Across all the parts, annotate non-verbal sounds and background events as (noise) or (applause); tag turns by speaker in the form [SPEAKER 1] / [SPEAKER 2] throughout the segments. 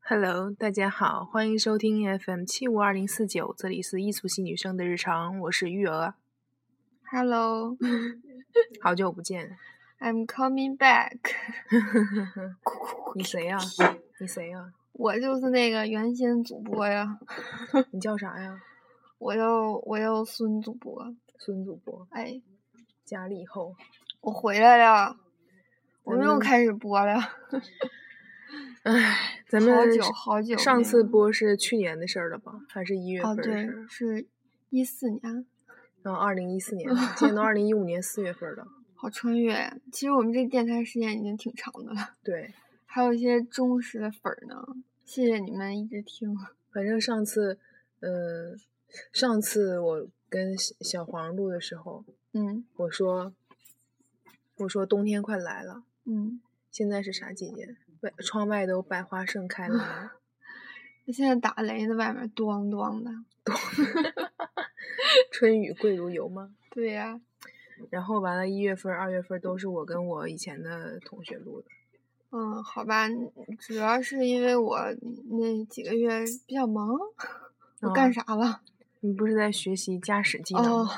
[SPEAKER 1] Hello，大家好，欢迎收听 FM 七五二零四九，这里是艺术系女生的日常，我是玉儿，
[SPEAKER 2] Hello,
[SPEAKER 1] 嗯好久不见，
[SPEAKER 2] I'm coming back (laughs)
[SPEAKER 1] 你谁呀、你谁呀、
[SPEAKER 2] 我就是那个原先主播呀，
[SPEAKER 1] 你叫啥呀？
[SPEAKER 2] 我要我要孙主播。
[SPEAKER 1] 孙主播，
[SPEAKER 2] 哎，
[SPEAKER 1] 家里后，
[SPEAKER 2] 我回来了，我
[SPEAKER 1] 咱
[SPEAKER 2] 们又
[SPEAKER 1] 们
[SPEAKER 2] 开始播了。
[SPEAKER 1] 唉，咱
[SPEAKER 2] 好
[SPEAKER 1] 们
[SPEAKER 2] 久
[SPEAKER 1] 是
[SPEAKER 2] 好久
[SPEAKER 1] 上
[SPEAKER 2] 没
[SPEAKER 1] 次
[SPEAKER 2] 有
[SPEAKER 1] 播是去年的事儿了吧？还是一月
[SPEAKER 2] 哦，
[SPEAKER 1] 份的
[SPEAKER 2] 对
[SPEAKER 1] 事儿？，
[SPEAKER 2] 是一四年，
[SPEAKER 1] 然后二零一四
[SPEAKER 2] (laughs)
[SPEAKER 1] 年的，今年都二零一五年四月份了。
[SPEAKER 2] 好穿越呀。其实我们这电台时间已经挺长的了，
[SPEAKER 1] 对，
[SPEAKER 2] 还有一些忠实的粉儿呢，谢谢你们一直听。
[SPEAKER 1] 反正上次，嗯、上次我跟小小黄录的时候，
[SPEAKER 2] 嗯
[SPEAKER 1] 我说，我说冬天快来了，
[SPEAKER 2] 嗯，
[SPEAKER 1] 现在是啥季节？外窗外都百花盛开了吗
[SPEAKER 2] 现在打雷在外面咣咣的。
[SPEAKER 1] 春雨贵如油吗？
[SPEAKER 2] 对呀、
[SPEAKER 1] 然后完了，一月份、二月份都是我跟我以前的同学录的。
[SPEAKER 2] 嗯，好吧，主要是因为我那几个月比较忙，我
[SPEAKER 1] 啊
[SPEAKER 2] 干啥了？
[SPEAKER 1] 你不是在学习驾驶技能
[SPEAKER 2] 哦
[SPEAKER 1] 吗？，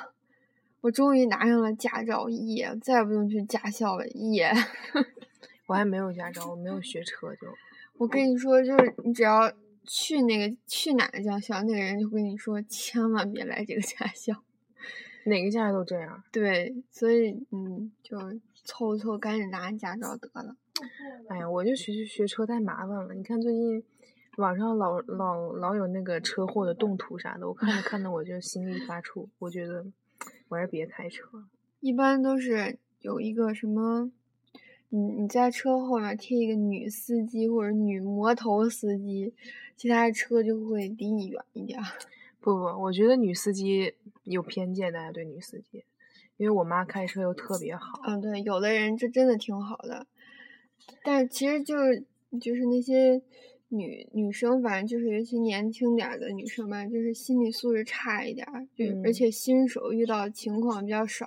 [SPEAKER 2] 我终于拿上了驾照，耶！再也不用去驾校了，耶！
[SPEAKER 1] 我还没有驾照，我没有学车就。
[SPEAKER 2] 我跟你说，就是你只要去那个去哪个驾校，那个人就跟你说，千万别来这个驾校。 (laughs)
[SPEAKER 1] 哪个驾校都这样。
[SPEAKER 2] 对，所以嗯，就凑凑，赶紧拿驾照得了。
[SPEAKER 1] 哎呀，我就学学车太麻烦了。你看最近网上老老老有那个车祸的动图啥的，我看着看着我就心里发怵，我觉得我还是别开车了。
[SPEAKER 2] 一般都是有一个什么，你你在车后面贴一个女司机或者女魔头司机，其他车就会离你远一点儿。
[SPEAKER 1] 不不，我觉得女司机有偏见，大家对女司机，因为我妈开车又特别好。
[SPEAKER 2] 嗯，对，有的人这真的挺好的，但是其实就是就是那些女女生，反正就是尤其年轻点儿的女生吧，就是心理素质差一点儿，就是、
[SPEAKER 1] 嗯
[SPEAKER 2] 而且新手遇到情况比较少，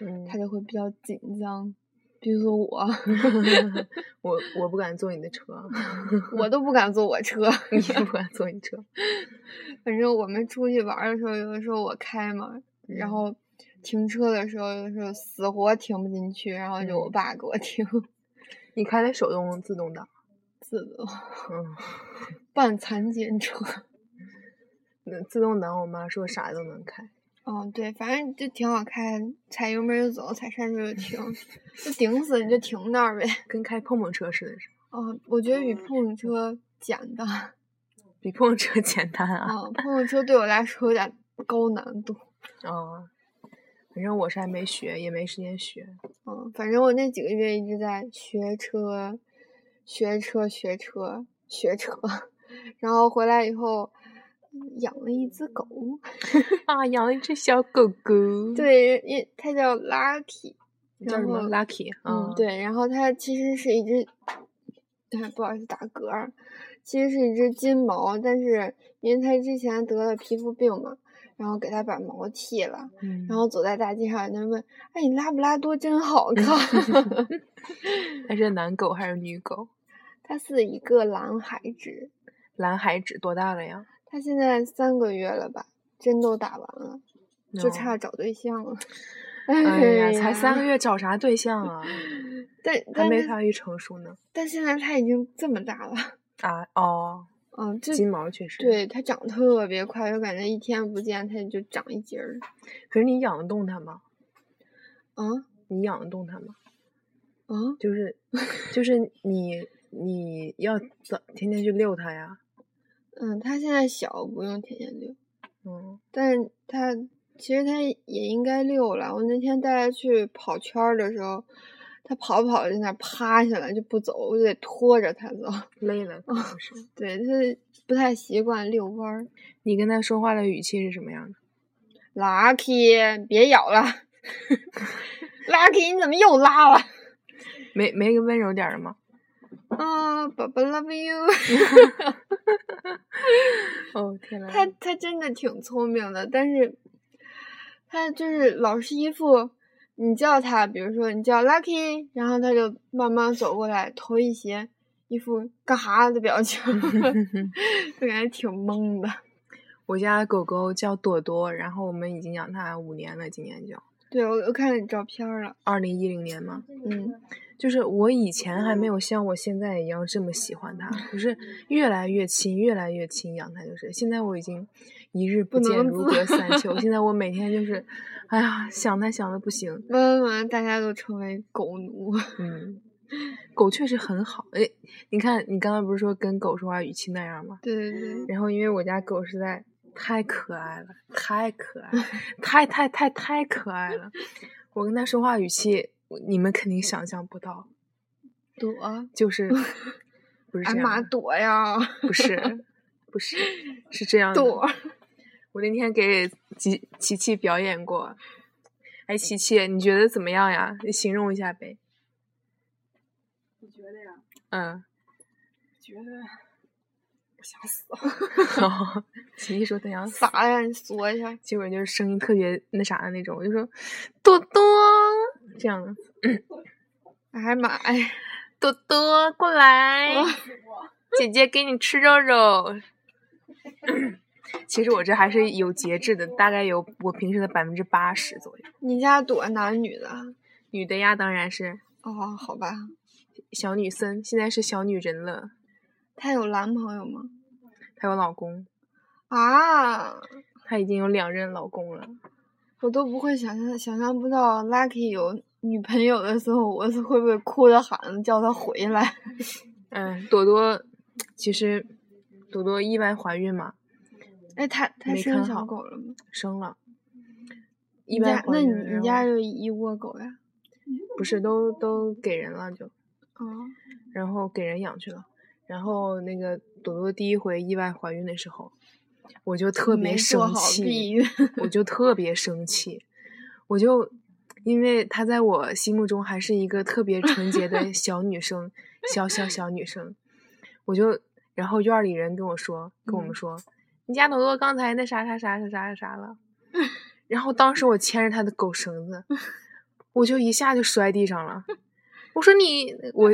[SPEAKER 1] 嗯
[SPEAKER 2] 她，就会比较紧张。比如说我，
[SPEAKER 1] (laughs)
[SPEAKER 2] (laughs)
[SPEAKER 1] 我我不敢坐你的车，
[SPEAKER 2] 我都不敢坐我车。
[SPEAKER 1] 你也不敢坐你车。
[SPEAKER 2] 反正我们出去玩儿的时候，有的时候我开嘛，
[SPEAKER 1] (laughs)
[SPEAKER 2] 然
[SPEAKER 1] 嗯
[SPEAKER 2] 后停车的时候，有的时候死活停不进去，然后就我
[SPEAKER 1] 嗯
[SPEAKER 2] 爸给我 (laughs) 停，
[SPEAKER 1] 你开的手动自动挡，
[SPEAKER 2] 自动
[SPEAKER 1] 嗯，
[SPEAKER 2] 半残疾人车。
[SPEAKER 1] 那自动挡我妈说啥都能开。
[SPEAKER 2] 嗯，对，反正就挺好开，踩油门儿就走，踩刹车就
[SPEAKER 1] (laughs)
[SPEAKER 2] 停，就顶死你就停那儿呗。
[SPEAKER 1] 跟开碰碰车似的，
[SPEAKER 2] 嗯，我觉得比碰碰车简
[SPEAKER 1] (laughs)
[SPEAKER 2] 单。
[SPEAKER 1] 比碰碰车 (laughs) 简单啊。
[SPEAKER 2] 嗯，碰碰车对我来说有点高难度。
[SPEAKER 1] 啊，反正我是还没学，也没时间 (laughs) 学。
[SPEAKER 2] 嗯，反正我那几个月一直在学车，学车，学车，学车， (laughs) 然后回来以后嗯养了一只狗，
[SPEAKER 1] 啊，养了一只小狗狗，，
[SPEAKER 2] 对，也它叫 Lucky，
[SPEAKER 1] 叫
[SPEAKER 2] 然
[SPEAKER 1] 什么
[SPEAKER 2] 后
[SPEAKER 1] Lucky 啊？
[SPEAKER 2] 嗯，，对，然后它其实是一只，哎，不好意思打嗝儿，其实是一只金毛，但是因为它之前得了皮肤病嘛，然后给它把毛剃了，
[SPEAKER 1] 嗯、
[SPEAKER 2] 然后走在大街上，人家问，哎，你拉布拉多真好看。 (laughs)
[SPEAKER 1] 它是男狗还是女狗？
[SPEAKER 2] 它是一个蓝海蛆，
[SPEAKER 1] 蓝海指多大了呀？
[SPEAKER 2] 它现在三个月了吧，针都打完了，就
[SPEAKER 1] 哦
[SPEAKER 2] 差找对象了。 (laughs)
[SPEAKER 1] (laughs) 哎呀，才三个月，找啥对象啊？
[SPEAKER 2] 但
[SPEAKER 1] 还
[SPEAKER 2] 但
[SPEAKER 1] 没
[SPEAKER 2] 是
[SPEAKER 1] 发育成熟呢。
[SPEAKER 2] 但现在它已经这么大了，
[SPEAKER 1] 啊，哦，
[SPEAKER 2] 嗯，就
[SPEAKER 1] 金毛确实。。
[SPEAKER 2] 对它长特别快，就感觉一天不见它就长一截儿。
[SPEAKER 1] 可是你养得动它吗？
[SPEAKER 2] 啊
[SPEAKER 1] 你养得动它吗？
[SPEAKER 2] 啊，
[SPEAKER 1] 就是， (laughs) 就是你你要早天天去遛它呀？
[SPEAKER 2] 嗯，它现在小，不用天天遛，
[SPEAKER 1] 嗯，
[SPEAKER 2] 但是它其实它也应该遛了。我那天带它去跑圈儿的时候。它跑跑就在那儿趴下来就不走，我就得拖着它走。 (laughs)
[SPEAKER 1] 累了可能是。 (laughs)
[SPEAKER 2] 对，他不太习惯遛弯儿。
[SPEAKER 1] 你跟它说话的语气是什么样的？
[SPEAKER 2] Lucky，别咬了 (laughs) ！Lucky，你怎么又拉了？
[SPEAKER 1] 没没个温柔点儿的吗？
[SPEAKER 2] 啊，宝宝 love you
[SPEAKER 1] 哦天呐，
[SPEAKER 2] 他他真的挺聪明的，但是他就是老是一副你叫他，比如说你叫 Lucky，然后他就慢慢走过来，头一斜，一副干哈的表情， (laughs) 就感觉挺懵的。
[SPEAKER 1] 我家狗狗叫朵朵，然后我们已经养它五年了，今年就
[SPEAKER 2] 对我我看你照片儿了，
[SPEAKER 1] 二零一零年嘛。
[SPEAKER 2] 嗯，
[SPEAKER 1] 就是我以前还没有像我现在一样这么喜欢它，可是越来越亲，越来越亲养它，就是现在我已经一日不
[SPEAKER 2] 不
[SPEAKER 1] 见
[SPEAKER 2] 能
[SPEAKER 1] 如
[SPEAKER 2] 自 (laughs)
[SPEAKER 1] 隔三秋，现在我每天就是，哎呀，想它想的不行，
[SPEAKER 2] 慢慢慢慢大家都成为狗奴。 (laughs)
[SPEAKER 1] 嗯，狗确实很好，哎，你看你刚刚不是说跟狗说话语气那样吗？
[SPEAKER 2] 对对对，
[SPEAKER 1] 然后因为我家狗实在太可爱了，太可
[SPEAKER 2] (laughs)
[SPEAKER 1] 爱了，太太太太可爱了，我跟它说话语气，我你们肯定想象不到，
[SPEAKER 2] 躲，
[SPEAKER 1] 就是不是
[SPEAKER 2] 俺
[SPEAKER 1] 这
[SPEAKER 2] 妈
[SPEAKER 1] 样的，
[SPEAKER 2] 躲呀， (laughs)
[SPEAKER 1] 不是不是是这样的，
[SPEAKER 2] 躲。
[SPEAKER 1] 我那天给琪琪琪表演过，哎，琪琪，你觉得怎么样呀？你形容一下呗。
[SPEAKER 2] 你觉得呀？
[SPEAKER 1] 嗯，
[SPEAKER 2] 觉得我想死。 (laughs)
[SPEAKER 1] 好， (laughs) 琪琪说他想死。
[SPEAKER 2] 咋呀？你说一下。
[SPEAKER 1] 结果就是声音特别那啥的那种，我就说多
[SPEAKER 2] (laughs)
[SPEAKER 1] 多这样的，
[SPEAKER 2] 哎呀妈呀！
[SPEAKER 1] 多多过来，姐姐给你吃肉肉。 (clears throat) 其实我这还是有节制的，大概有我平时的百分之八十左右。
[SPEAKER 2] 你家躲男女的啊？
[SPEAKER 1] 女的呀，当然是
[SPEAKER 2] 哦，好吧。
[SPEAKER 1] 小女森，现在是小女人了，
[SPEAKER 2] 她有男朋友吗？
[SPEAKER 1] 她有老公，
[SPEAKER 2] 啊，
[SPEAKER 1] 她已经有两任老公了。
[SPEAKER 2] 我都不会想象，想象不到 Lucky 有女朋友的时候，我是会不会哭着喊着叫她回来？
[SPEAKER 1] 嗯，朵朵其实朵朵意外怀孕嘛，
[SPEAKER 2] 哎，她她
[SPEAKER 1] 没看
[SPEAKER 2] 生
[SPEAKER 1] 好
[SPEAKER 2] 小狗了吗？
[SPEAKER 1] 生了。
[SPEAKER 2] 你
[SPEAKER 1] 意外
[SPEAKER 2] 家
[SPEAKER 1] 怀
[SPEAKER 2] 那
[SPEAKER 1] 孕，
[SPEAKER 2] 你
[SPEAKER 1] 然
[SPEAKER 2] 你家
[SPEAKER 1] 后
[SPEAKER 2] 有一窝狗呀？
[SPEAKER 1] 不是都都给人了就。
[SPEAKER 2] 啊、
[SPEAKER 1] 然后给人养去了。然后那个朵朵第一回意外怀孕的时候，我就特别
[SPEAKER 2] 没做
[SPEAKER 1] 生
[SPEAKER 2] 好避
[SPEAKER 1] 气，
[SPEAKER 2] 孕。
[SPEAKER 1] 我就特别生气，我就因为她在我心目中还是一个特别纯洁的小女生，小小小女生，我就然后院儿里人跟我说，跟我们
[SPEAKER 2] 嗯
[SPEAKER 1] 说，你家朵朵刚才那啥啥啥啥啥啥啥了，然后当时我牵着她的狗绳子，我就一下就摔地上了。我说你，我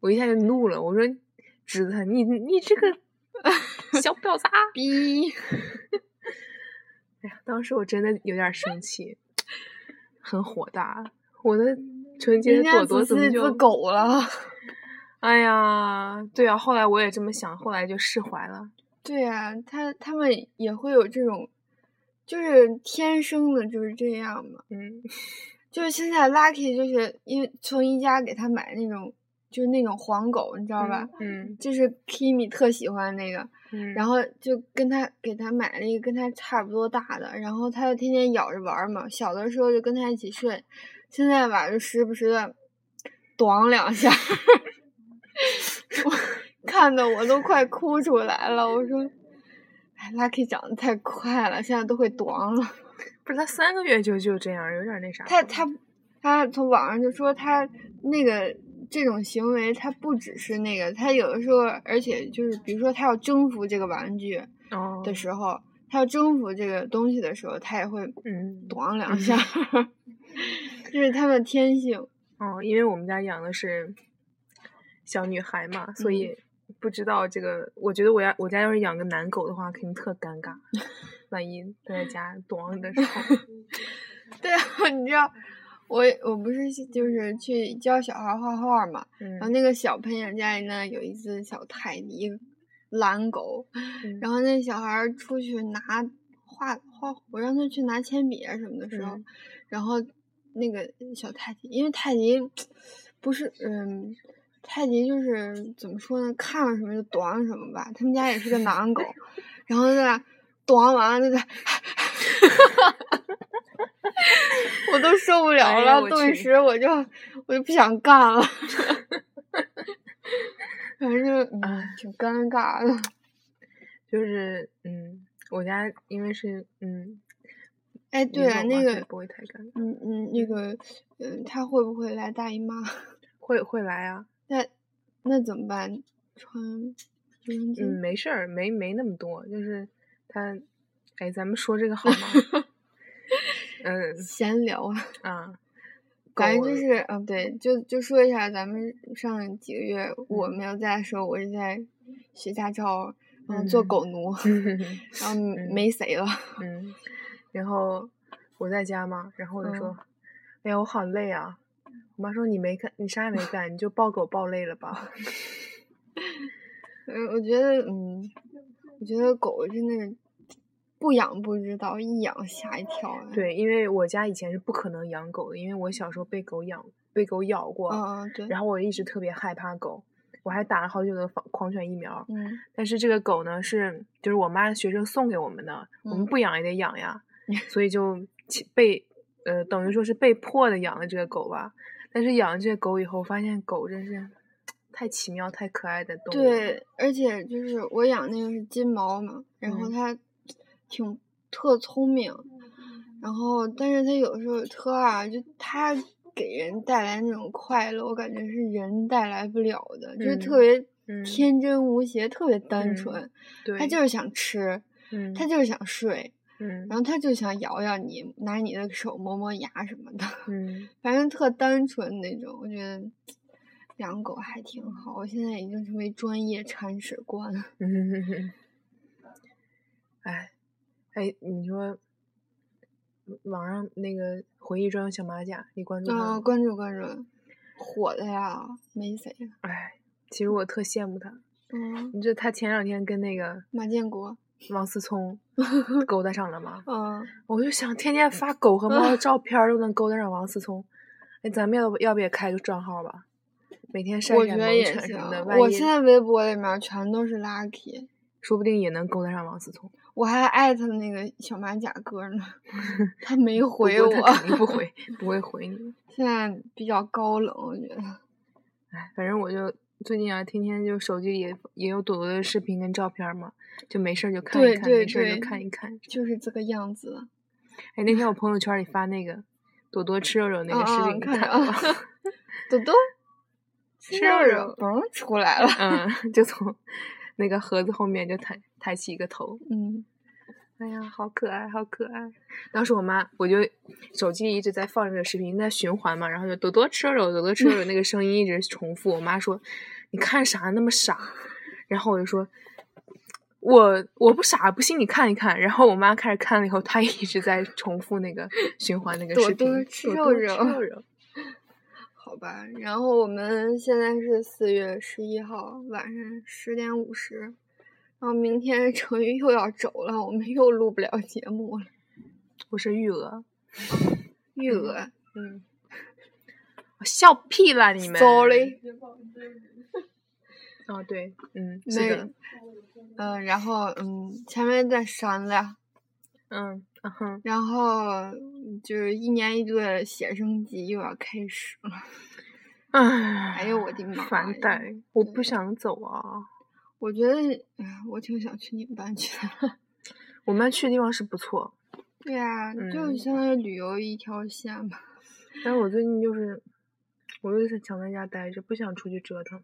[SPEAKER 1] 我一下就怒了，我说指着他，你你这个小婊啊砸！
[SPEAKER 2] 逼，
[SPEAKER 1] 哎呀，当时我真的有点儿生气，很火大。我的纯洁
[SPEAKER 2] 人
[SPEAKER 1] 的朵
[SPEAKER 2] 家
[SPEAKER 1] 朵
[SPEAKER 2] 只
[SPEAKER 1] 怎
[SPEAKER 2] 是
[SPEAKER 1] 么
[SPEAKER 2] 一只
[SPEAKER 1] 就？
[SPEAKER 2] 狗了。
[SPEAKER 1] 哎呀，对啊，后来我也这么想，后来就释怀了。
[SPEAKER 2] 对呀、他他们也会有这种，就是天生的就是这样嘛。
[SPEAKER 1] 嗯，
[SPEAKER 2] 就是现在 Lucky 就是因为从宜家给他买那种就是那种黄狗，你知道吧？
[SPEAKER 1] 嗯？
[SPEAKER 2] 就是 Kimi 特喜欢那个，
[SPEAKER 1] 嗯
[SPEAKER 2] 然
[SPEAKER 1] 后
[SPEAKER 2] 后就跟他给他买了一个跟他差不多大的，然后他就天天咬着玩儿嘛。小的时候就跟他一起睡，现在吧就时不时的咣两下，我看的我都快哭出来了。我说，哎，Lucky 长得太快了，现在都会咣了。
[SPEAKER 1] 不是他三个月就就这样，有点儿那啥。
[SPEAKER 2] 他他他从网上就说他那个这种行为，他不只是那个，他有的时候，而且就是比如说他要征服这个玩具。
[SPEAKER 1] 哦，
[SPEAKER 2] 的时候，他要征服这个东西的时候，他也会
[SPEAKER 1] 嗯，
[SPEAKER 2] 咣两下， (laughs) 这是他们的天性。
[SPEAKER 1] 哦，因为我们家养的是小女孩嘛，所
[SPEAKER 2] 嗯
[SPEAKER 1] 以不知道这个。我觉得我要我家要是养个男狗的话，肯定特尴
[SPEAKER 2] (laughs)
[SPEAKER 1] 尬，万一在家咣的时候，
[SPEAKER 2] 对啊，你知道，我我不是就是去教小孩画画嘛，然后
[SPEAKER 1] 嗯，
[SPEAKER 2] 那个小朋友家里呢有一只小泰迪蓝狗，
[SPEAKER 1] 嗯
[SPEAKER 2] 然后那小孩儿出去拿画画，我让他去拿铅笔啊什么的时候，
[SPEAKER 1] 嗯
[SPEAKER 2] 然后那个小泰迪，因为泰迪不是嗯，泰迪就是怎么说呢，看了什么就躲什么吧。他们家也是个男
[SPEAKER 1] (laughs)
[SPEAKER 2] 狗，然后在那躲完了就在。我都受不了
[SPEAKER 1] 哎呀
[SPEAKER 2] 了，
[SPEAKER 1] 我
[SPEAKER 2] 顿
[SPEAKER 1] 去
[SPEAKER 2] 时我就我就不想
[SPEAKER 1] (laughs)
[SPEAKER 2] 干了，反正就、嗯
[SPEAKER 1] 哎
[SPEAKER 2] 挺尴尬的。
[SPEAKER 1] 就是嗯，我家因为是嗯，
[SPEAKER 2] 哎，对
[SPEAKER 1] 啊，
[SPEAKER 2] 啊，那个
[SPEAKER 1] 不会太尴尬，
[SPEAKER 2] 嗯嗯，那个，嗯，他会不会来大姨妈？ (laughs)
[SPEAKER 1] 会会来啊，
[SPEAKER 2] 那那怎么办？穿卫生
[SPEAKER 1] 嗯，
[SPEAKER 2] 巾？
[SPEAKER 1] 没事儿，没没那么多，就是他，
[SPEAKER 2] (laughs)
[SPEAKER 1] 哎，咱们说这个好吗？嗯
[SPEAKER 2] 闲聊啊， (laughs)
[SPEAKER 1] 啊，狗
[SPEAKER 2] 咱就是嗯，对，就就说一下，咱们上几个月我
[SPEAKER 1] 嗯
[SPEAKER 2] 没有在的时候，我是在学驾照，啊然后做
[SPEAKER 1] 嗯
[SPEAKER 2] 狗
[SPEAKER 1] (laughs)
[SPEAKER 2] 奴，然后没谁了。 (laughs)
[SPEAKER 1] 嗯，然后我在家嘛，然后我就
[SPEAKER 2] 嗯
[SPEAKER 1] 说，哎呀，我好累啊。我妈说你没干，你啥也没干，你就抱狗抱累了
[SPEAKER 2] (laughs)
[SPEAKER 1] 吧？
[SPEAKER 2] 嗯，我觉得，嗯，我觉得狗真的是不养不知道，一养吓一跳。，啊
[SPEAKER 1] 对，因为我家以前是不可能养狗的，因为我小时候被狗养，被狗咬过，
[SPEAKER 2] 嗯嗯对，
[SPEAKER 1] 然后我一直特别害怕狗，我还打了好久的防狂犬疫苗。
[SPEAKER 2] 嗯，
[SPEAKER 1] 但是这个狗呢，是就是我妈的学生送给我们的，我们
[SPEAKER 2] 嗯
[SPEAKER 1] 不养也得养呀，
[SPEAKER 2] (laughs)
[SPEAKER 1] 所以就其被呃等于说是被迫的养了这个狗吧。但是养了这个狗以后，发现狗真是太奇妙、太可爱的动物了。
[SPEAKER 2] 对，而且就是我养那个是金毛嘛，然后
[SPEAKER 1] 嗯
[SPEAKER 2] 它挺特聪明，然后但是它有时候特二，就它给人带来那种快乐，我感觉是人带来不了的，就是特
[SPEAKER 1] 嗯
[SPEAKER 2] 别
[SPEAKER 1] 嗯
[SPEAKER 2] 天真无邪，特别单
[SPEAKER 1] 嗯
[SPEAKER 2] 纯。
[SPEAKER 1] 对，
[SPEAKER 2] 它就是想吃，
[SPEAKER 1] 嗯
[SPEAKER 2] 它就是想睡。
[SPEAKER 1] 嗯
[SPEAKER 2] 然后它就想咬咬你，拿你的手磨磨牙什么的， (laughs)
[SPEAKER 1] 嗯
[SPEAKER 2] 反正特单纯那种。我觉得养狗还挺好。我现在已经成为专业铲屎官了。
[SPEAKER 1] 嗯， (laughs) 哎哎，你说网上那个回忆专用小马甲，你关注他
[SPEAKER 2] 啊、
[SPEAKER 1] 吗？
[SPEAKER 2] 关注关注，火的呀，没谁了。
[SPEAKER 1] 哎，其实我特羡慕他。
[SPEAKER 2] 嗯，
[SPEAKER 1] 你知道他前两天跟那个
[SPEAKER 2] 马建国，
[SPEAKER 1] 王思聪 (laughs) 勾搭上了吗？
[SPEAKER 2] 嗯，
[SPEAKER 1] 我就想，天天发狗和猫的照片儿都能勾搭上王思聪，哎，咱们要不要不也开个账号吧？每天晒
[SPEAKER 2] 我
[SPEAKER 1] 晒
[SPEAKER 2] 觉
[SPEAKER 1] 萌
[SPEAKER 2] 得也
[SPEAKER 1] 犬
[SPEAKER 2] 行
[SPEAKER 1] 什么的，。万
[SPEAKER 2] 我
[SPEAKER 1] 一
[SPEAKER 2] 现在微博里面全都是 Lucky，
[SPEAKER 1] 说不定也能勾搭上王思聪。
[SPEAKER 2] 我还艾特那个小马甲哥呢，他没
[SPEAKER 1] 不
[SPEAKER 2] 回
[SPEAKER 1] 过
[SPEAKER 2] 我。
[SPEAKER 1] 他肯
[SPEAKER 2] (laughs)
[SPEAKER 1] 定不回，不会回你的。
[SPEAKER 2] 现在比较高冷，我觉得。
[SPEAKER 1] 哎，反正我就最近啊，天天就手机里也也有朵朵的视频跟照片儿嘛，就没事儿就看一
[SPEAKER 2] 对
[SPEAKER 1] 看，
[SPEAKER 2] 对
[SPEAKER 1] 没事儿
[SPEAKER 2] 对
[SPEAKER 1] 就看一看。
[SPEAKER 2] 就是这个样子。
[SPEAKER 1] 哎，那天我朋友圈里发那个朵朵吃肉肉那个视
[SPEAKER 2] 嗯
[SPEAKER 1] 频，
[SPEAKER 2] 嗯
[SPEAKER 1] 你
[SPEAKER 2] 看
[SPEAKER 1] 看
[SPEAKER 2] 着
[SPEAKER 1] 了吗？
[SPEAKER 2] (laughs) 啊豆豆吃
[SPEAKER 1] 吃
[SPEAKER 2] 肉
[SPEAKER 1] 肉
[SPEAKER 2] 肉
[SPEAKER 1] 肉，
[SPEAKER 2] 嘣儿出来 (laughs) 了。
[SPEAKER 1] 嗯，就从那个盒子后面就抬抬起一个头，
[SPEAKER 2] 嗯，
[SPEAKER 1] 哎呀，好可爱，好可爱！当时我妈，我就手机里一直在放这个视频，在循环嘛，然后就朵朵吃肉，朵朵吃
[SPEAKER 2] (laughs)
[SPEAKER 1] 肉，那个声音一直重复。我妈说：“你看啥那么傻？”然后我就说：“我我不傻，不信你看一看。”然后我妈开始看了以后，她一直在重复那个循环那个
[SPEAKER 2] 朵
[SPEAKER 1] 视频，
[SPEAKER 2] 朵
[SPEAKER 1] 朵
[SPEAKER 2] 吃
[SPEAKER 1] 朵
[SPEAKER 2] 肉肉 (laughs)
[SPEAKER 1] 肉肉。
[SPEAKER 2] 好吧。然后我们现在是四月十一号晚上十点五十，然后明天 (laughs) 成昱又要走了，我们又录不了节目了。
[SPEAKER 1] 我是玉娥，
[SPEAKER 2] 玉娥
[SPEAKER 1] 嗯，我笑屁啦你们
[SPEAKER 2] ，sorry，
[SPEAKER 1] 啊、
[SPEAKER 2] 哦
[SPEAKER 1] 对，嗯，
[SPEAKER 2] 没
[SPEAKER 1] 是
[SPEAKER 2] 有
[SPEAKER 1] 的，。
[SPEAKER 2] 嗯，然后嗯，前面再删了，
[SPEAKER 1] 嗯，嗯哼。
[SPEAKER 2] 然后就是一年一度的写生季又要开始了。
[SPEAKER 1] 唉，
[SPEAKER 2] 哎呦我的妈
[SPEAKER 1] 烦
[SPEAKER 2] 呀
[SPEAKER 1] 呆，我不
[SPEAKER 2] 对
[SPEAKER 1] 想走啊！
[SPEAKER 2] 我觉得，哎呀，我挺想去你们班去的。 (laughs)
[SPEAKER 1] 我们去的地方是不错，
[SPEAKER 2] 对呀、就
[SPEAKER 1] 嗯
[SPEAKER 2] 相当于旅游一条线吧。
[SPEAKER 1] 但是我最近就是，我就是想在家待着，不想出去折腾。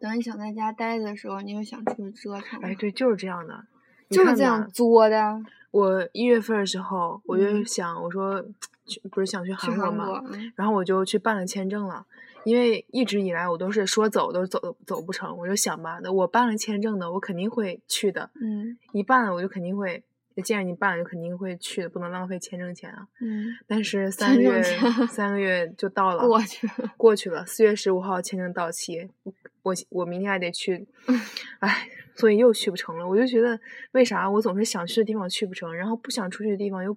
[SPEAKER 2] 等你想在家待的时候，你又想出去折腾了，
[SPEAKER 1] 哎，对，就是这样的，你
[SPEAKER 2] 就是
[SPEAKER 1] 看
[SPEAKER 2] 这样
[SPEAKER 1] 吧。
[SPEAKER 2] 作的。啊
[SPEAKER 1] 我一月份儿的时候，我就
[SPEAKER 2] 嗯
[SPEAKER 1] 想，我说去不是想去
[SPEAKER 2] 去
[SPEAKER 1] 韩国
[SPEAKER 2] 韩
[SPEAKER 1] 嘛，
[SPEAKER 2] 国，嗯
[SPEAKER 1] 然后我就去办了签证了。因为一直以来我都是说走都走走不成，我就想吧，那我办了签证的，我肯定会去的。
[SPEAKER 2] 嗯
[SPEAKER 1] 一办了我就肯定会，既然你办了，就肯定会去的，不能浪费签证钱啊。
[SPEAKER 2] 嗯，
[SPEAKER 1] 但是三个
[SPEAKER 2] 证
[SPEAKER 1] 月
[SPEAKER 2] 签
[SPEAKER 1] 三个月就到了，
[SPEAKER 2] (laughs) 过去了。
[SPEAKER 1] 过去了，四月十五号签证到期，我我明天还得
[SPEAKER 2] (laughs)
[SPEAKER 1] 去，哎，所以又去不成了。我就觉得为啥我总是想去的地方去不成，然后不想出去的地方又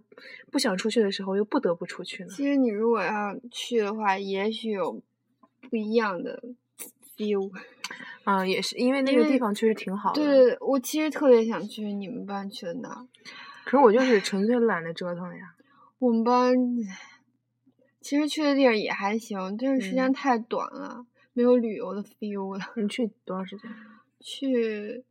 [SPEAKER 1] 不想出去的时候又不得不出去呢？
[SPEAKER 2] 其实你如果要去的话，也许有不一样的 feel。
[SPEAKER 1] 啊，也是因为那
[SPEAKER 2] 因
[SPEAKER 1] 个地
[SPEAKER 2] 为
[SPEAKER 1] 方确实挺好的，
[SPEAKER 2] 对对对，我其实特别想去你们班去那儿。
[SPEAKER 1] 可是我就是纯粹懒得折腾呀。
[SPEAKER 2] 我们班其实去的地儿也还行，但是时间
[SPEAKER 1] 嗯
[SPEAKER 2] 太短了，没有旅游的 feel 了。 (laughs)
[SPEAKER 1] 你去多长时间？
[SPEAKER 2] 去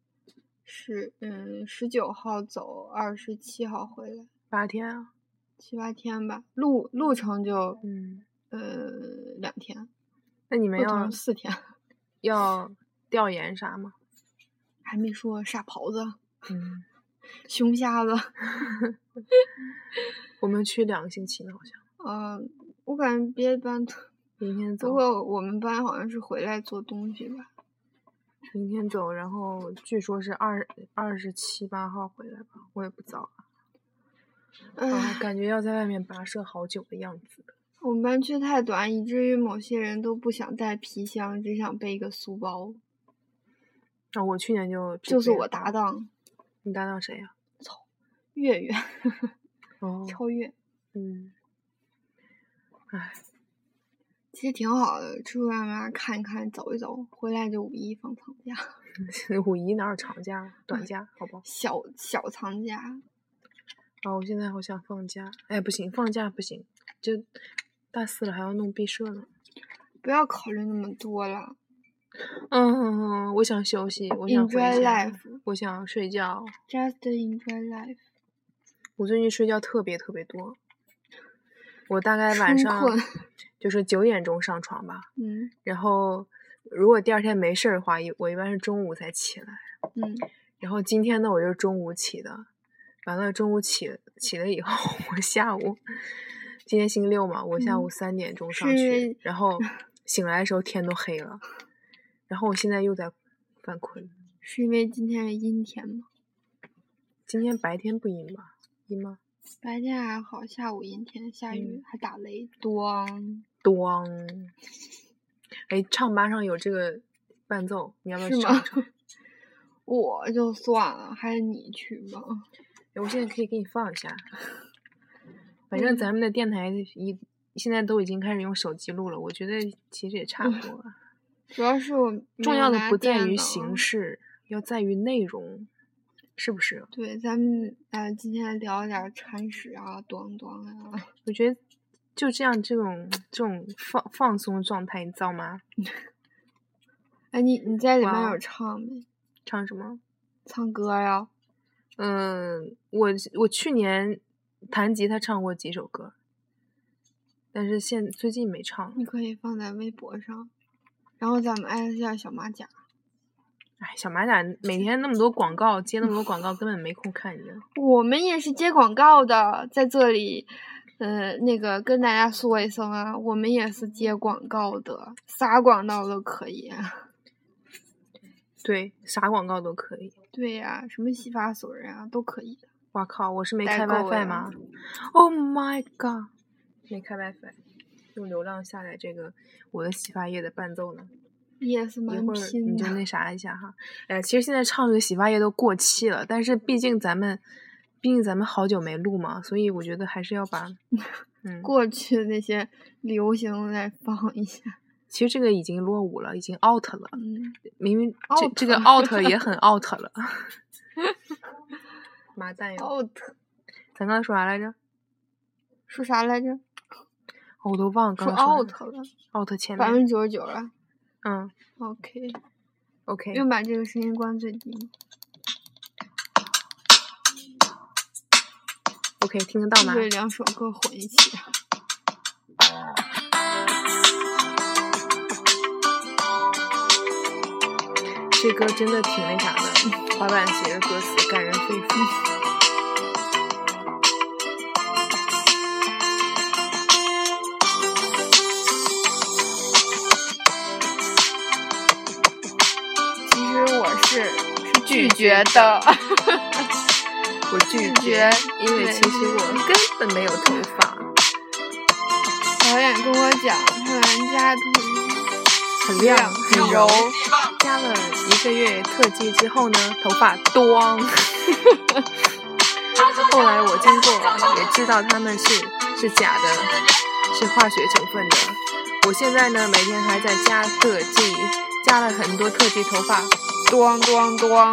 [SPEAKER 2] 十嗯十九号走，二十七号回来，
[SPEAKER 1] 八天啊？
[SPEAKER 2] 七八天吧。路路程就
[SPEAKER 1] 嗯，
[SPEAKER 2] 呃两天，
[SPEAKER 1] 那你们
[SPEAKER 2] 路
[SPEAKER 1] 要
[SPEAKER 2] 程四天，
[SPEAKER 1] 要调研啥吗？
[SPEAKER 2] 还没说傻狍子、
[SPEAKER 1] 嗯，
[SPEAKER 2] 熊瞎子。 (laughs)
[SPEAKER 1] 我们去两个星期呢，好像。
[SPEAKER 2] 嗯、我感觉别的班都，
[SPEAKER 1] 明天走
[SPEAKER 2] 不，过我们班好像是回来做东西吧。
[SPEAKER 1] 明天走，然后据说是二二十七八号回来吧，我也不早了。啊，
[SPEAKER 2] 唉，
[SPEAKER 1] 感觉要在外面跋涉好久的样子。
[SPEAKER 2] 我们班却太短，以至于某些人都不想带皮箱，只想背一个书包。
[SPEAKER 1] 啊，我去年就只
[SPEAKER 2] 就是
[SPEAKER 1] 背了
[SPEAKER 2] 我搭档
[SPEAKER 1] 你搭档谁啊呀、(laughs)
[SPEAKER 2] 月月，
[SPEAKER 1] 哦，
[SPEAKER 2] 超越，
[SPEAKER 1] 嗯，哎，
[SPEAKER 2] 其实挺好的，出去外面看一看，走一走，回来就五一放长假，
[SPEAKER 1] (laughs) 五一哪有长假，啊
[SPEAKER 2] 嗯
[SPEAKER 1] 短假，好不好？
[SPEAKER 2] 小小长假。
[SPEAKER 1] 啊，我现在好想放假，哎，不行，放假不行，就大四了还要弄毕设呢。
[SPEAKER 2] 不要考虑那么多了
[SPEAKER 1] 嗯，我想休息，我想回
[SPEAKER 2] ，enjoy
[SPEAKER 1] 家，
[SPEAKER 2] life，just
[SPEAKER 1] 我想睡觉。
[SPEAKER 2] enjoy life。
[SPEAKER 1] 我最近睡觉特别特别多，我大概晚
[SPEAKER 2] 春
[SPEAKER 1] 上
[SPEAKER 2] 困
[SPEAKER 1] 就是九点钟上床吧，
[SPEAKER 2] 嗯
[SPEAKER 1] 然后如果第二天没事儿的话，一我一般是中午才起来。
[SPEAKER 2] 嗯，
[SPEAKER 1] 然后今天呢，我就是中午起的，完了中午起起了以后，我下午今天星期六嘛，我下午
[SPEAKER 2] 嗯
[SPEAKER 1] 三点钟上
[SPEAKER 2] 是
[SPEAKER 1] 去，然
[SPEAKER 2] (laughs)
[SPEAKER 1] 后醒来的时候天都黑了，然后我现在又在犯困。
[SPEAKER 2] 是因为今天是阴天吗？
[SPEAKER 1] 今天白天不阴吧？阴吗？
[SPEAKER 2] 白天还好，下午阴天，下雨、
[SPEAKER 1] 嗯
[SPEAKER 2] 还打雷，咣，
[SPEAKER 1] 咣！哎，唱吧上有这个伴奏，你要不要
[SPEAKER 2] 是
[SPEAKER 1] 去
[SPEAKER 2] 吗
[SPEAKER 1] 唱一
[SPEAKER 2] (laughs)
[SPEAKER 1] 唱？
[SPEAKER 2] 我就算了，还是你去吧。
[SPEAKER 1] 哎我现在可以给你放一下。反
[SPEAKER 2] 嗯
[SPEAKER 1] 正咱们的电台一现在都已经开始用手机录了，我觉得其实也差不多了。
[SPEAKER 2] 主要是我嗯没
[SPEAKER 1] 重
[SPEAKER 2] 有
[SPEAKER 1] 要的
[SPEAKER 2] 拿
[SPEAKER 1] 不在
[SPEAKER 2] 电
[SPEAKER 1] 于
[SPEAKER 2] 脑
[SPEAKER 1] 形式，要在于内容，是不是？
[SPEAKER 2] 对，咱们呃今天聊点儿铲屎啊、短短啊，
[SPEAKER 1] 我觉得就这样，这种这种放放松状态，你知道吗？
[SPEAKER 2] 哎，你你在里面
[SPEAKER 1] 哇哦
[SPEAKER 2] 有唱没？
[SPEAKER 1] 唱什么？
[SPEAKER 2] 唱歌呀、
[SPEAKER 1] 嗯，我我去年弹吉他唱过几首歌，但是现最近没唱了。
[SPEAKER 2] 你可以放在微博上，然后咱们艾特一下小马甲。
[SPEAKER 1] 哎，小马甲每天那么多广告，接那么多广告，根本没空看你了。
[SPEAKER 2] 我们也是接广告的，在这里，呃，那个跟大家说一声啊，我们也是接广告的，啥广告都可以。
[SPEAKER 1] 对，啥广告都可以。
[SPEAKER 2] 对呀、什么洗发水啊都可以的。
[SPEAKER 1] 哇靠，我是没
[SPEAKER 2] 代
[SPEAKER 1] 开
[SPEAKER 2] 购
[SPEAKER 1] WiFi
[SPEAKER 2] 呀
[SPEAKER 1] 吗？Oh (laughs) my god，没开 WiFi，用流量下载这个我的洗发液的伴奏呢。
[SPEAKER 2] 你也是
[SPEAKER 1] 一
[SPEAKER 2] 蛮
[SPEAKER 1] 会儿
[SPEAKER 2] 拼
[SPEAKER 1] 你就
[SPEAKER 2] 的，
[SPEAKER 1] 那啥一下哈。哎呀，其实现在唱这个洗发液都过期了，但是毕竟咱们，毕竟咱们好久没录嘛，所以我觉得还是要
[SPEAKER 2] (laughs)
[SPEAKER 1] 把，嗯，
[SPEAKER 2] 过去那些流行再放一下。
[SPEAKER 1] 其实这个已经落伍了，已经 out 了。
[SPEAKER 2] 嗯，
[SPEAKER 1] 明明这
[SPEAKER 2] out
[SPEAKER 1] 这个
[SPEAKER 2] 了
[SPEAKER 1] out 也很 out 了。妈蛋呀！
[SPEAKER 2] 哦，
[SPEAKER 1] 咱刚才说啥来着？
[SPEAKER 2] 说啥来着？
[SPEAKER 1] 哦我都忘了刚
[SPEAKER 2] 说
[SPEAKER 1] 才说
[SPEAKER 2] out 了，
[SPEAKER 1] out 前
[SPEAKER 2] 百
[SPEAKER 1] 面。
[SPEAKER 2] 分之九十九了。
[SPEAKER 1] 嗯
[SPEAKER 2] OK，
[SPEAKER 1] ，OK。
[SPEAKER 2] 又把这个声音关最低。
[SPEAKER 1] OK，听得到吗？
[SPEAKER 2] 对，两首歌混一起。
[SPEAKER 1] 这歌真的挺那啥
[SPEAKER 2] (laughs)
[SPEAKER 1] 的，滑板鞋的歌词感人肺腑。
[SPEAKER 2] 其实我是是
[SPEAKER 1] 拒
[SPEAKER 2] 拒
[SPEAKER 1] 绝
[SPEAKER 2] 绝
[SPEAKER 1] 的
[SPEAKER 2] 的，
[SPEAKER 1] 我拒
[SPEAKER 2] 拒
[SPEAKER 1] 绝
[SPEAKER 2] 绝，
[SPEAKER 1] 因为
[SPEAKER 2] 对
[SPEAKER 1] 其实我根本没有头发，
[SPEAKER 2] 导演跟我讲，他们家很
[SPEAKER 1] 很亮啊很
[SPEAKER 2] 很
[SPEAKER 1] 柔
[SPEAKER 2] 柔。，
[SPEAKER 1] 加了一个月特技之后呢，头发咣。 (laughs) 后来我经过也知道他们是是假的，是化学成分的。我现在呢，每天还在加特技，加了很多特技头发，
[SPEAKER 2] 咣咣咣，
[SPEAKER 1] 观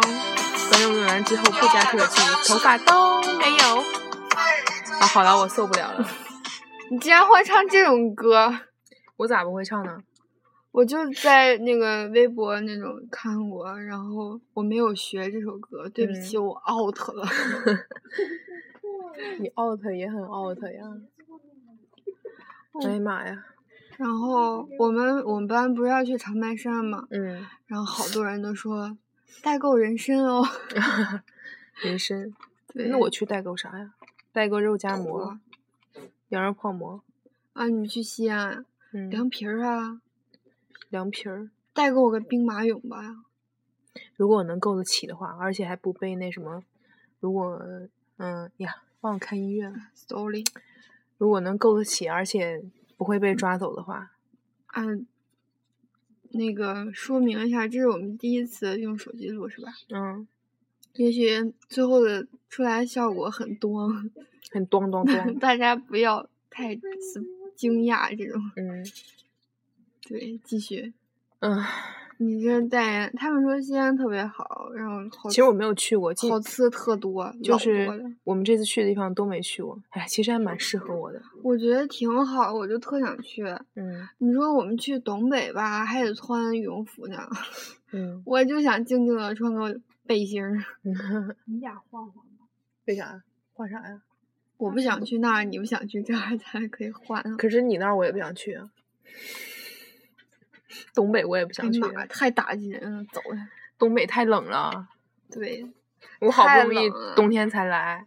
[SPEAKER 1] 众用完之后不加特技，头发都没有。啊，好了，我受不了了，
[SPEAKER 2] 你竟然会唱这种歌？
[SPEAKER 1] 我咋不会唱呢？
[SPEAKER 2] 我就在那个微博那种看过，然后我没有学这首歌，对不起，我 out 了。 (laughs)
[SPEAKER 1] 你 out 也很 out (laughs) 呀。哎呀妈呀，
[SPEAKER 2] 然后我们我们班不是要去长白山嘛，
[SPEAKER 1] 嗯，
[SPEAKER 2] 然后好多人都说代购人参哦， (laughs)
[SPEAKER 1] 人参。
[SPEAKER 2] 对
[SPEAKER 1] 那我去代购啥呀？代购肉夹馍啊
[SPEAKER 2] 我，
[SPEAKER 1] 羊肉泡馍。
[SPEAKER 2] 啊，你们去西安啊，
[SPEAKER 1] 嗯，
[SPEAKER 2] 凉皮儿啊，
[SPEAKER 1] 凉皮儿，
[SPEAKER 2] 带给我个兵马俑吧。
[SPEAKER 1] 如果我能够得起的话，而且还不被那什么，如果嗯呀，忘了看医院了。
[SPEAKER 2] Sorry，
[SPEAKER 1] 如果能够得起，而且不会被抓走的话，
[SPEAKER 2] 啊，那个说明一下，这是我们第一次用手机录是吧？
[SPEAKER 1] 嗯，
[SPEAKER 2] 也许最后的出来效果很多，
[SPEAKER 1] 很咚 (laughs) 咚咚，
[SPEAKER 2] 大家不要太自惊讶这种。
[SPEAKER 1] 嗯
[SPEAKER 2] 对，继续。
[SPEAKER 1] 嗯，
[SPEAKER 2] 你这代他们说西安特别好，然后好
[SPEAKER 1] 其实我没有去过，记
[SPEAKER 2] 好吃的特多，
[SPEAKER 1] 就
[SPEAKER 2] 老
[SPEAKER 1] 是
[SPEAKER 2] 多了
[SPEAKER 1] 我们这次去的地方都没去过，哎，其实还蛮适合我的，
[SPEAKER 2] 我觉得挺好，我就特想去。
[SPEAKER 1] 嗯
[SPEAKER 2] 你说我们去东北吧，还得穿羽绒服呢，
[SPEAKER 1] (laughs)
[SPEAKER 2] (laughs)
[SPEAKER 1] 嗯，
[SPEAKER 2] 我就想静静的穿个背心儿。你俩换换吧。
[SPEAKER 1] 为啥？换啥呀？
[SPEAKER 2] 我不想去那儿，你不想去这儿，咱俩可以换啊。
[SPEAKER 1] 可是你那儿我也不想去啊，东北我也不
[SPEAKER 2] 哎
[SPEAKER 1] 想去
[SPEAKER 2] 妈
[SPEAKER 1] 啊，，
[SPEAKER 2] 太打击人了，走了。
[SPEAKER 1] 东北太冷了，
[SPEAKER 2] 对，
[SPEAKER 1] 我好
[SPEAKER 2] 太
[SPEAKER 1] 不容易
[SPEAKER 2] 冷了
[SPEAKER 1] 冬天才来，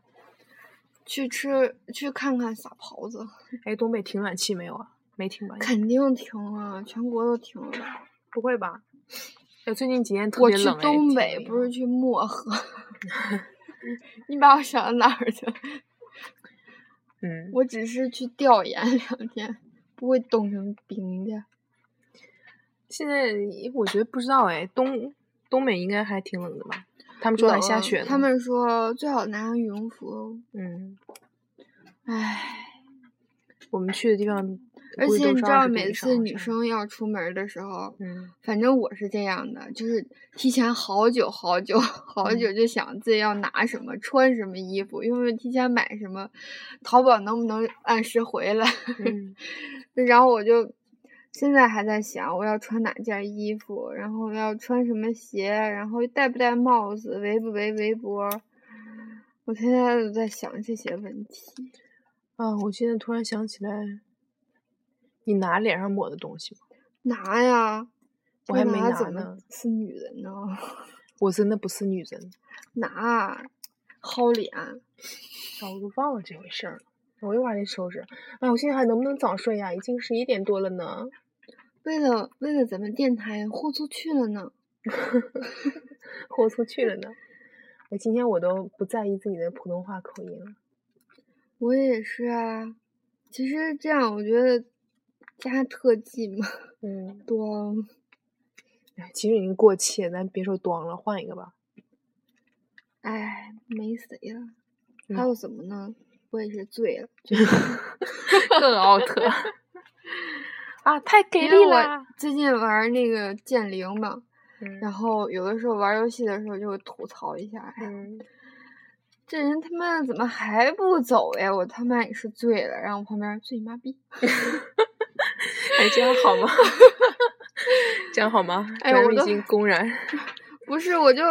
[SPEAKER 2] 去吃去看看撒狍子，
[SPEAKER 1] 哎，东北停暖气没有啊？没停吧？
[SPEAKER 2] 肯定停了，全国都停了吧。
[SPEAKER 1] 不会吧？哎，最近几天特
[SPEAKER 2] 我
[SPEAKER 1] 别
[SPEAKER 2] 去
[SPEAKER 1] 冷哎，
[SPEAKER 2] 东
[SPEAKER 1] 挺
[SPEAKER 2] 北
[SPEAKER 1] 冷
[SPEAKER 2] 不
[SPEAKER 1] 的
[SPEAKER 2] 是去
[SPEAKER 1] (laughs)
[SPEAKER 2] 漠河，你把我想到哪儿去了？
[SPEAKER 1] 嗯，
[SPEAKER 2] 我只是去调研两天，不会冻成冰的。
[SPEAKER 1] 现在我觉得不知道哎，东东北应该还挺冷的吧？他们说还下
[SPEAKER 2] 冷啊
[SPEAKER 1] 雪呢。
[SPEAKER 2] 他们说最好拿上羽绒服。
[SPEAKER 1] 嗯，
[SPEAKER 2] 唉，
[SPEAKER 1] 我们去的地方，
[SPEAKER 2] 而且你知道，每次女
[SPEAKER 1] 女，
[SPEAKER 2] 生要出门的时候， (laughs)
[SPEAKER 1] 嗯，
[SPEAKER 2] 反正我是这样的，就是提前好久好久
[SPEAKER 1] 嗯
[SPEAKER 2] 好久就想自己要拿什么、穿什么衣服，因为提前买什么，淘宝能不能按时回来？
[SPEAKER 1] 嗯
[SPEAKER 2] 然后我就现在还在想我要穿哪件衣服，然后要穿什么鞋，然后戴不戴帽子，围不围围脖。我现在都在想这些问题。
[SPEAKER 1] 啊，我现在突然想起来，你拿脸上抹的东西吗？
[SPEAKER 2] 拿呀，
[SPEAKER 1] 我
[SPEAKER 2] 这
[SPEAKER 1] 还没拿
[SPEAKER 2] 怎么
[SPEAKER 1] 呢
[SPEAKER 2] 是女人呢？ (laughs)
[SPEAKER 1] 我真的不是女人，
[SPEAKER 2] 拿，薅脸。
[SPEAKER 1] 啊，我都忘了这回事儿了。我一会儿还得收拾。哎，我现在还能不能早睡呀、已经十一点多了呢。 (laughs)
[SPEAKER 2] 为了为了咱们电台豁出去了呢，
[SPEAKER 1] 豁出去了呢。我今天我都不在意自己的普通话口音了。
[SPEAKER 2] 我也是啊。其实这样，我觉得加特技嘛，
[SPEAKER 1] 嗯，
[SPEAKER 2] 多
[SPEAKER 1] 哎，其实已经过气了，咱别说装了，换一个
[SPEAKER 2] (laughs)
[SPEAKER 1] 吧。
[SPEAKER 2] 哎没谁了。
[SPEAKER 1] 嗯
[SPEAKER 2] 还有什么呢？我也是醉了，
[SPEAKER 1] 更 (laughs) out 啊，太给力
[SPEAKER 2] 因为
[SPEAKER 1] 了
[SPEAKER 2] 我。最近玩那个剑灵嘛，
[SPEAKER 1] 嗯
[SPEAKER 2] 然后有的时候玩游戏的时候就会吐槽一下，哎呀，
[SPEAKER 1] 嗯，
[SPEAKER 2] 这人他妈怎么还不走呀？我他妈也是醉了，然后我旁边醉你妈逼，
[SPEAKER 1] 哎，这样好吗？
[SPEAKER 2] (laughs)
[SPEAKER 1] 这样好吗？
[SPEAKER 2] 哎
[SPEAKER 1] 咱
[SPEAKER 2] 我
[SPEAKER 1] 们已
[SPEAKER 2] 都
[SPEAKER 1] 经公然，
[SPEAKER 2] 不是，我就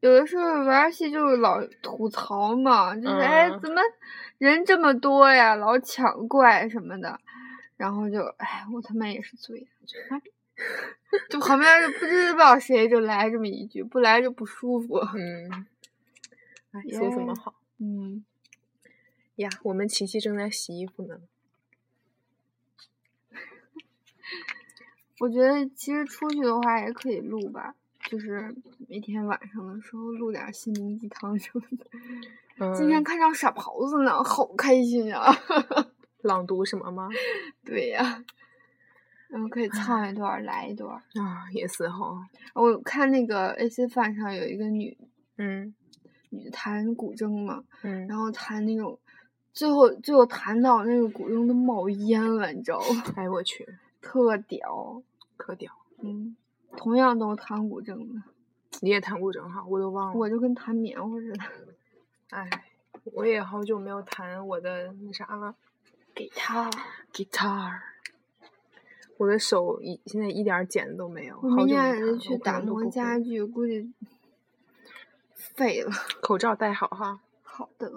[SPEAKER 2] 有的时候玩游戏就是老吐槽嘛，就是、哎
[SPEAKER 1] 嗯
[SPEAKER 2] 怎么人这么多呀，老抢怪什么的，然后就哎我他妈也是醉了，就妈逼就旁边就不知道谁就来这么一句，不来就不舒服。 (laughs)
[SPEAKER 1] 嗯，哎，说什么
[SPEAKER 2] 耶
[SPEAKER 1] 好
[SPEAKER 2] 嗯，
[SPEAKER 1] 呀？我们琪琪正在洗衣服呢。
[SPEAKER 2] 我觉得其实出去的话也可以录吧，就是每天晚上的时候录点儿心灵鸡汤什么的。
[SPEAKER 1] 嗯，
[SPEAKER 2] 今天看上傻狍子呢，好开心啊！
[SPEAKER 1] 朗读什么吗？
[SPEAKER 2] 对呀、然后可以唱一段儿，来一段儿。
[SPEAKER 1] 啊，也是哈。
[SPEAKER 2] 我看那个 AC 饭上有一个女
[SPEAKER 1] 嗯
[SPEAKER 2] 女弹古筝嘛，
[SPEAKER 1] 嗯
[SPEAKER 2] 然后弹那种，最后最后弹到那个古筝都冒烟了，你知道吗？ (laughs)
[SPEAKER 1] 哎，我去，
[SPEAKER 2] 特屌。
[SPEAKER 1] 可屌！
[SPEAKER 2] 嗯，同样都是弹古筝的，
[SPEAKER 1] 你也弹古筝哈，我都忘了。
[SPEAKER 2] 我就跟弹棉花似的。
[SPEAKER 1] 哎，我也好久没有弹我的那啥了
[SPEAKER 2] 给他，
[SPEAKER 1] ，guitar。我的手一现在一点儿茧都没有，
[SPEAKER 2] 我
[SPEAKER 1] 好
[SPEAKER 2] 明
[SPEAKER 1] 久没
[SPEAKER 2] 天还
[SPEAKER 1] 弹了
[SPEAKER 2] 得去打磨家，具，估计废了。
[SPEAKER 1] 我可能都不会口罩戴好哈。
[SPEAKER 2] (laughs) 好的，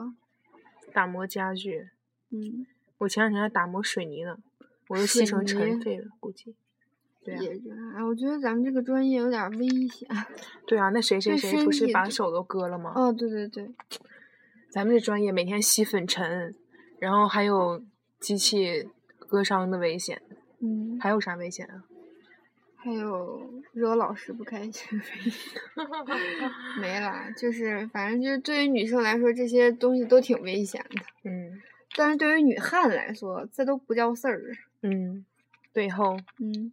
[SPEAKER 1] 打磨家具，
[SPEAKER 2] 嗯，
[SPEAKER 1] 我前两天还打磨水泥呢，我都吸
[SPEAKER 2] 水
[SPEAKER 1] 成尘
[SPEAKER 2] 泥
[SPEAKER 1] 肺了，估计。对啊呀、
[SPEAKER 2] 也这样。哎，我觉得咱们这个专业有点危险。
[SPEAKER 1] 对啊，那谁谁
[SPEAKER 2] 对
[SPEAKER 1] 谁
[SPEAKER 2] 身
[SPEAKER 1] 不是
[SPEAKER 2] 体
[SPEAKER 1] 把
[SPEAKER 2] 的
[SPEAKER 1] 手都割了吗？
[SPEAKER 2] 哦，对对对，
[SPEAKER 1] 咱们这专业每天吸粉尘，然后还有机器割伤的危险，
[SPEAKER 2] 嗯，
[SPEAKER 1] 还有啥危险啊？
[SPEAKER 2] 还有惹老师不开心，
[SPEAKER 1] (laughs)
[SPEAKER 2] 没啦，就是反正就是对于女生来说，这些东西都挺危险的。
[SPEAKER 1] 嗯
[SPEAKER 2] 但是对于女汉子来说，这都不叫事儿。
[SPEAKER 1] 嗯，最后，
[SPEAKER 2] 嗯，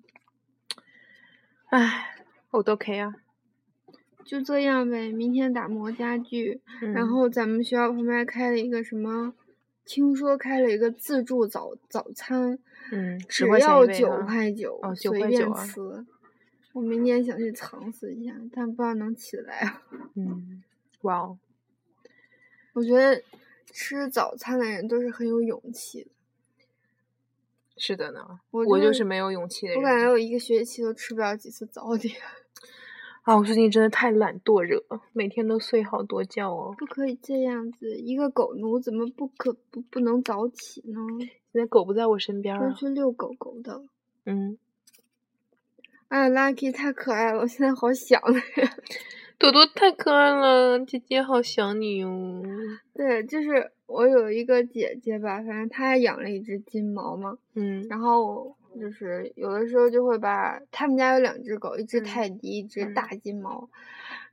[SPEAKER 1] 唉，我都 K 啊。
[SPEAKER 2] 就这样呗。明天打磨家具，然
[SPEAKER 1] 嗯
[SPEAKER 2] 后咱们学校旁边开了一个什么，听说开了一个自助早早餐，
[SPEAKER 1] 嗯，
[SPEAKER 2] 只
[SPEAKER 1] 十块钱一
[SPEAKER 2] 要
[SPEAKER 1] 位
[SPEAKER 2] 九
[SPEAKER 1] 哈
[SPEAKER 2] 块九，
[SPEAKER 1] 哦9
[SPEAKER 2] 随
[SPEAKER 1] 块
[SPEAKER 2] 便
[SPEAKER 1] 9啊
[SPEAKER 2] 吃。我明天想去尝试一下，但不知道能起来。
[SPEAKER 1] 嗯，哇哦，
[SPEAKER 2] 我觉得吃早餐的人都是很有勇气的。
[SPEAKER 1] 是的呢，
[SPEAKER 2] 我
[SPEAKER 1] 我就
[SPEAKER 2] 就是
[SPEAKER 1] 没有勇气的
[SPEAKER 2] 我感
[SPEAKER 1] 人
[SPEAKER 2] 觉我一个学期都吃不了几次早点， (laughs)
[SPEAKER 1] 啊！我最近真的太懒惰惹，每天都睡好多觉哦。
[SPEAKER 2] 不可以这样子。一个狗奴怎么不可不不能早起呢？
[SPEAKER 1] 现在狗不在我身边儿
[SPEAKER 2] 多
[SPEAKER 1] 啊，
[SPEAKER 2] 去遛狗狗的。
[SPEAKER 1] 嗯，
[SPEAKER 2] 哎呀，Lucky 太可爱了，我现在好想 (laughs) 他呀。
[SPEAKER 1] 朵朵太可爱了，姐姐好想你哦。
[SPEAKER 2] 对，就是我有一个姐姐吧，反正她养了一只金毛嘛，
[SPEAKER 1] 嗯
[SPEAKER 2] 然后就是有的时候就会把他们家有两只狗，一只
[SPEAKER 1] 嗯
[SPEAKER 2] 泰迪，一只
[SPEAKER 1] 嗯
[SPEAKER 2] 大金毛，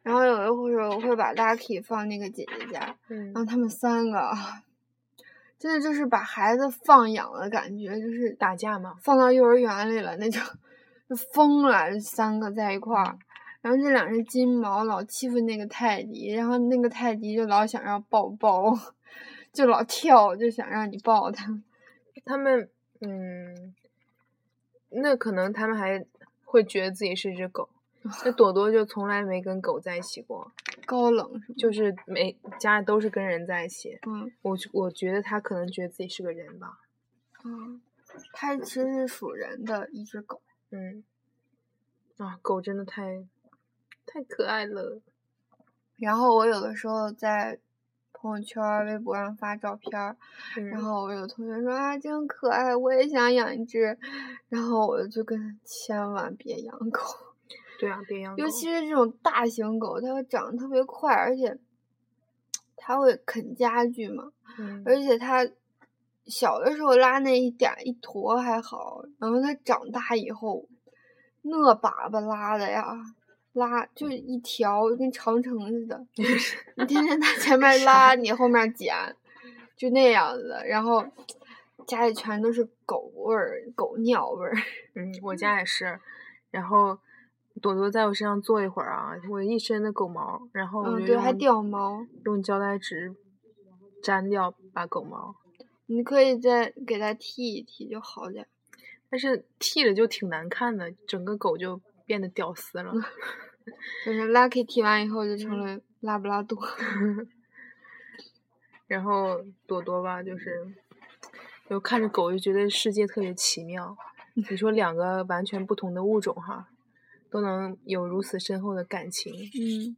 [SPEAKER 2] 然后有的时候我会把 Lucky 放那个姐姐家，
[SPEAKER 1] 嗯
[SPEAKER 2] 然后他们三个 (laughs) 啊，真的就是把孩子放养的感觉，就是
[SPEAKER 1] 打架吗？
[SPEAKER 2] 放到幼儿园里了那种，就疯了，这三个在一块儿。然后这两只金毛老欺负那个泰迪，然后那个泰迪就老想要抱抱， (laughs) 就老跳，就想让你抱它。
[SPEAKER 1] 他们嗯，那可能他们还会觉得自己是只
[SPEAKER 2] (laughs)
[SPEAKER 1] 狗。那朵朵就从来没跟狗在一起过，
[SPEAKER 2] 高冷是吗？
[SPEAKER 1] 就是每家都是跟人在一起。
[SPEAKER 2] 嗯
[SPEAKER 1] 我我觉得他可能觉得自己是个人吧。
[SPEAKER 2] 嗯，它其实是属人的一只狗。
[SPEAKER 1] 嗯，啊，狗真的太太可爱了。
[SPEAKER 2] 然后我有的时候在朋友圈儿、微博上发照片儿，然
[SPEAKER 1] 嗯
[SPEAKER 2] 后我有同学说啊，真可爱，我也想养一只。然后我就跟他千万别养狗，
[SPEAKER 1] 对啊，别养狗。
[SPEAKER 2] 尤其是这种大型狗，它会长得特别快，而且它会啃家具嘛，
[SPEAKER 1] 嗯
[SPEAKER 2] 而且它小的时候拉那一点儿一坨还好，然后它长大以后那粑粑拉的呀。拉就是一条跟长城似的，你天天在前面拉，你后面捡，就那样子。然后家里全都是狗味儿、狗尿味儿。
[SPEAKER 1] 嗯，我家也是。然后朵朵在我身上坐一会儿啊，我一身的狗毛，然后我
[SPEAKER 2] 嗯
[SPEAKER 1] 就
[SPEAKER 2] 对还
[SPEAKER 1] 用
[SPEAKER 2] 掉毛
[SPEAKER 1] 用胶带纸粘掉把狗毛，
[SPEAKER 2] 你可以再给它剃一剃就好点儿。
[SPEAKER 1] 但是剃了就挺难看的，整个狗就变得屌丝
[SPEAKER 2] (laughs)
[SPEAKER 1] 了。
[SPEAKER 2] 就是 Lucky 剃完以后就成了拉布拉多。 (laughs)
[SPEAKER 1] 然后朵朵吧，就是就看着狗就觉得世界特别奇
[SPEAKER 2] (laughs)
[SPEAKER 1] 妙。你说两个完全不同的物种哈，都能有如此深厚的感情，
[SPEAKER 2] 嗯，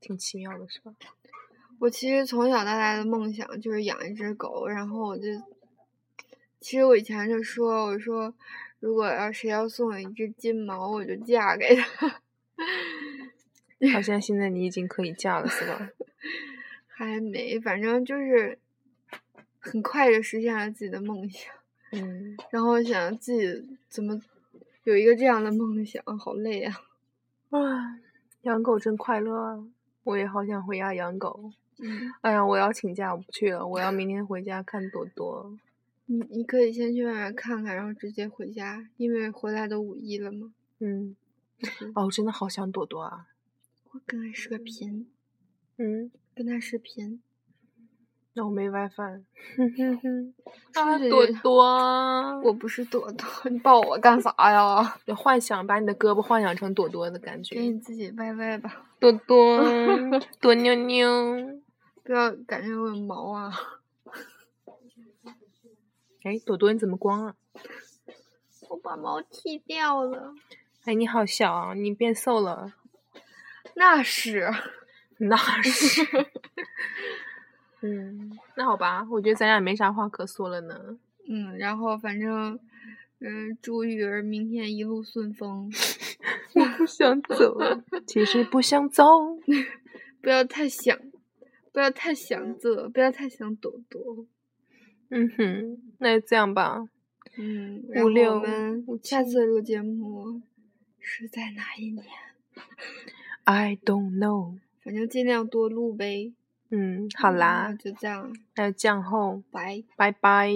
[SPEAKER 1] 挺奇妙的，是吧？
[SPEAKER 2] 我其实从小到大的梦想就是养一只狗，然后我就，其实我以前就说，我说如果要谁要送我一只金毛，我就嫁给他。
[SPEAKER 1] 好像现在你已经可以嫁了，是吧？
[SPEAKER 2] (laughs) 还没，反正就是很快就实现了自己的梦想。
[SPEAKER 1] 嗯，
[SPEAKER 2] 然后想自己怎么有一个这样的梦想，好累啊！
[SPEAKER 1] 啊，养狗真快乐啊！我也好想回家养狗。
[SPEAKER 2] 嗯，
[SPEAKER 1] 哎呀，我要请假，我不去了，我要明天回家看朵朵。
[SPEAKER 2] 你你可以先去外面看看，然后直接回家，因为回来都五一了嘛。
[SPEAKER 1] 嗯，哦，我真的好想朵朵啊。
[SPEAKER 2] 我跟他视个频，
[SPEAKER 1] 嗯，
[SPEAKER 2] 跟他视频。
[SPEAKER 1] 那我没 WiFi。
[SPEAKER 2] 啊
[SPEAKER 1] 啊，
[SPEAKER 2] 对
[SPEAKER 1] 朵
[SPEAKER 2] 对
[SPEAKER 1] 朵，
[SPEAKER 2] 我不是朵朵， (laughs) 你抱我干啥呀？
[SPEAKER 1] 就幻想把你的胳膊幻想成朵朵的感
[SPEAKER 2] 给
[SPEAKER 1] 觉，
[SPEAKER 2] 你自己歪歪吧，
[SPEAKER 1] 朵朵朵妞妞，
[SPEAKER 2] 不要感觉我有毛啊！
[SPEAKER 1] 哎，朵朵你怎么光了？
[SPEAKER 2] 我把毛剃掉了。
[SPEAKER 1] 哎，你好小啊，你变瘦了，
[SPEAKER 2] 那是，
[SPEAKER 1] 那是。 (laughs) 嗯，那好吧，我觉得咱俩没啥话可说了呢。
[SPEAKER 2] 嗯，然后反正，嗯，祝雨儿明天一路顺风，
[SPEAKER 1] 我不想走， (laughs) 其实不想走。
[SPEAKER 2] 不要太想，不要太想这，不要太想朵朵。
[SPEAKER 1] 嗯哼，那就这样吧。
[SPEAKER 2] 嗯，
[SPEAKER 1] 五
[SPEAKER 2] 然后
[SPEAKER 1] 六
[SPEAKER 2] 我们
[SPEAKER 1] 五
[SPEAKER 2] 下
[SPEAKER 1] 七
[SPEAKER 2] 次录节目是在哪一年？
[SPEAKER 1] I don't know。
[SPEAKER 2] 反正尽量多录呗。
[SPEAKER 1] 嗯，好
[SPEAKER 2] 嗯那
[SPEAKER 1] 啦，
[SPEAKER 2] 就这样，
[SPEAKER 1] 那就这样后，
[SPEAKER 2] 拜。
[SPEAKER 1] 拜拜。